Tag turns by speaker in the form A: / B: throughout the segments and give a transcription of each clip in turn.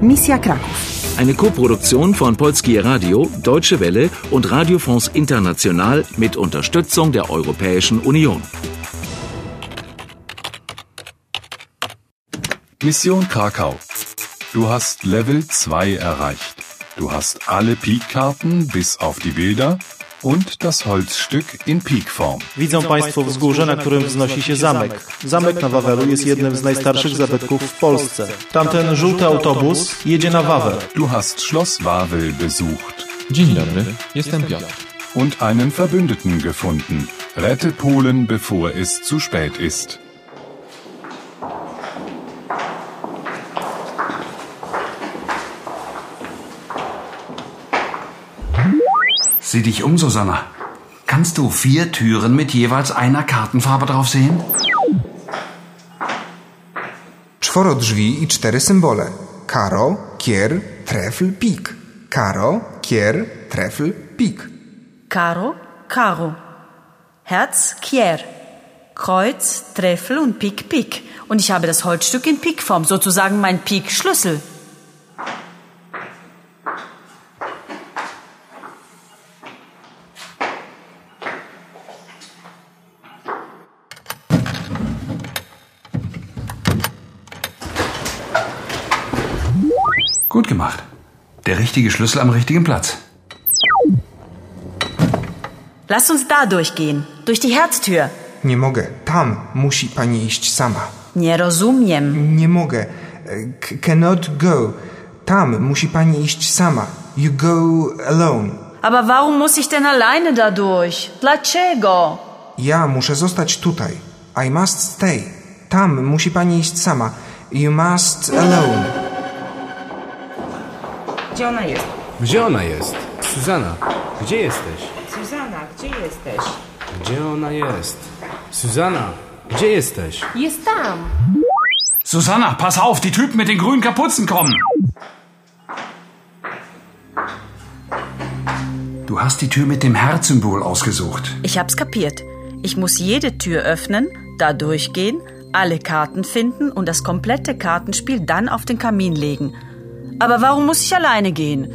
A: Misja Kraków.
B: Eine Koproduktion von Polskie Radio, Deutsche Welle und Radio France International mit Unterstützung der Europäischen Union.
C: Mission Krakau. Du hast Level 2 erreicht. Du hast alle Peak-Karten bis auf die Bilder und das Holzstück in Peak-Form.
D: Widzą Państwo wzgórze, na którym wznosi się zamek. Zamek na Wawelu jest jednym z najstarszych zabytków w Polsce. Tamten żółty autobus jedzie na Wawel.
C: Du hast Schloss Wawel besucht
E: Dzień dobry, jestem Piotr.
C: und einen Verbündeten gefunden. Rette Polen, bevor es zu spät ist.
F: Sieh dich um, Susanna. Kannst du vier Türen mit jeweils einer Kartenfarbe drauf sehen?
G: Czworo drzwi i cztery symbole. Karo, kier, trefl, pik. Karo, kier, trefl, pik.
H: Karo, Karo. Herz, Kier. Kreuz, Treffel und Pik, Pik. Und ich habe das Holzstück in Pikform, sozusagen mein Pik-Schlüssel.
F: Gut gemacht. Der richtige Schlüssel am richtigen Platz.
H: Lasst uns da durchgehen. Durch die Herztür.
G: Nie mogę. Tam musi pani iść sama.
H: Nie rozumiem.
G: Nie mogę. C- cannot go. Tam musi pani iść sama. You go alone.
H: Aber warum muss ich denn alleine da durch? Dlaczego?
G: Ja muszę zostać tutaj. I must stay. Tam musi pani iść sama. You must alone.
I: Gdzie ona jest?
J: Gdzie ona jest? Suzana, gdzie jesteś?
I: Suzana, gdzie jesteś?
J: Gdzie ona jest? Suzana, gdzie jesteś?
I: Jest tam.
F: Susanna, pass auf, die Typen mit den grünen Kapuzen kommen. Du hast die Tür mit dem Herzsymbol ausgesucht.
H: Ich hab's kapiert. Ich muss jede Tür öffnen, da durchgehen, alle Karten finden und das komplette Kartenspiel dann auf den Kamin legen. Aber warum muss ich alleine gehen?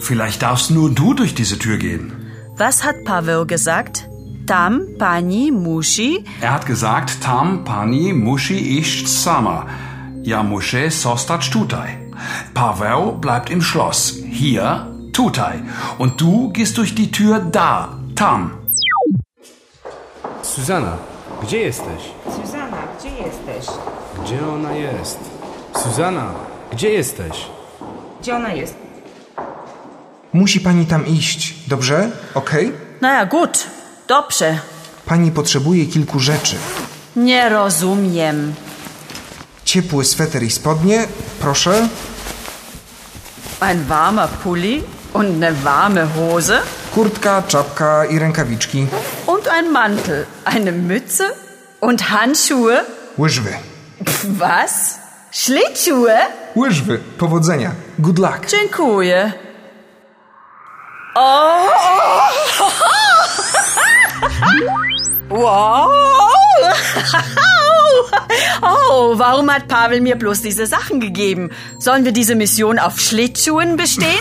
F: Vielleicht darfst nur du durch diese Tür gehen.
H: Was hat Paweł gesagt? Tam, pani, musi,
F: Er hat gesagt, tam pani musi iść sama. Ja muszę zostać tutaj. Paweł bleibt im Schloss. Hier, tutaj. Und du gehst durch die Tür da, tam.
J: Suzana, gdzie jesteś?
I: Suzana, gdzie jesteś?
J: Gdzie ona jest? Suzana, gdzie jesteś?
I: Gdzie ona jest?
G: Musi pani tam iść. Dobrze? Okej?
H: Naja, gut. Dobrze.
G: Pani potrzebuje kilku rzeczy.
H: Nie rozumiem.
G: Ciepły sweter i spodnie, proszę.
H: Ein warmer Pulli und eine warme Hose
G: Kurtka, czapka i rękawiczki.
H: und ein Mantel, eine Mütze und Handschuhe.
G: Łyżwy.
H: Pff, was? Schlittschuhe?
G: Łyżwy. Powodzenia. Good luck.
H: Dziękuję. Oh! Wow! Oh, warum hat Pavel mir bloß diese Sachen gegeben? Sollen wir diese Mission auf Schlittschuhen bestehen?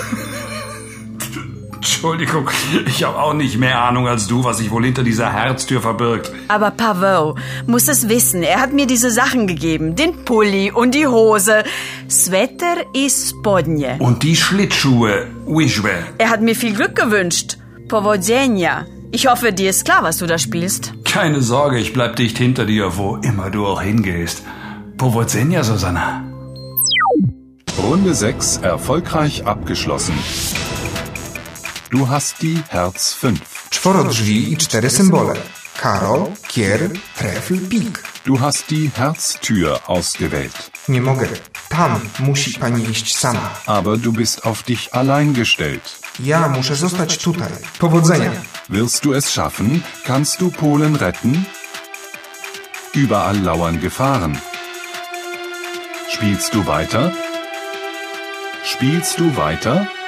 F: Entschuldigung, ich habe auch nicht mehr Ahnung als du, was sich wohl hinter dieser Herztür verbirgt.
H: Aber Pavot muss es wissen. Er hat mir diese Sachen gegeben. Den Pulli und die Hose. Sweater ist Spodnie.
F: Und die Schlittschuhe, Ujwe.
H: Er hat mir viel Glück gewünscht. Powodzenia. Ich hoffe, dir ist klar, was du da spielst.
F: Keine Sorge, ich bleib dicht hinter dir, wo immer du auch hingehst. Powodzenia, Susanna.
C: Runde 6 erfolgreich abgeschlossen. Du hast die Herz 5.
G: Czworo drzwi i cztery symbole. Karo, kier, trefl, pik.
C: Du hast die Herztür ausgewählt.
G: Nie mogę. Tam musi pani iść sama.
C: Aber du bist auf dich allein gestellt.
G: Ja muszę zostać tutaj. Powodzenia.
C: Wirst du es schaffen? Kannst du Polen retten? Überall lauern Gefahren. Spielst du weiter? Spielst du weiter?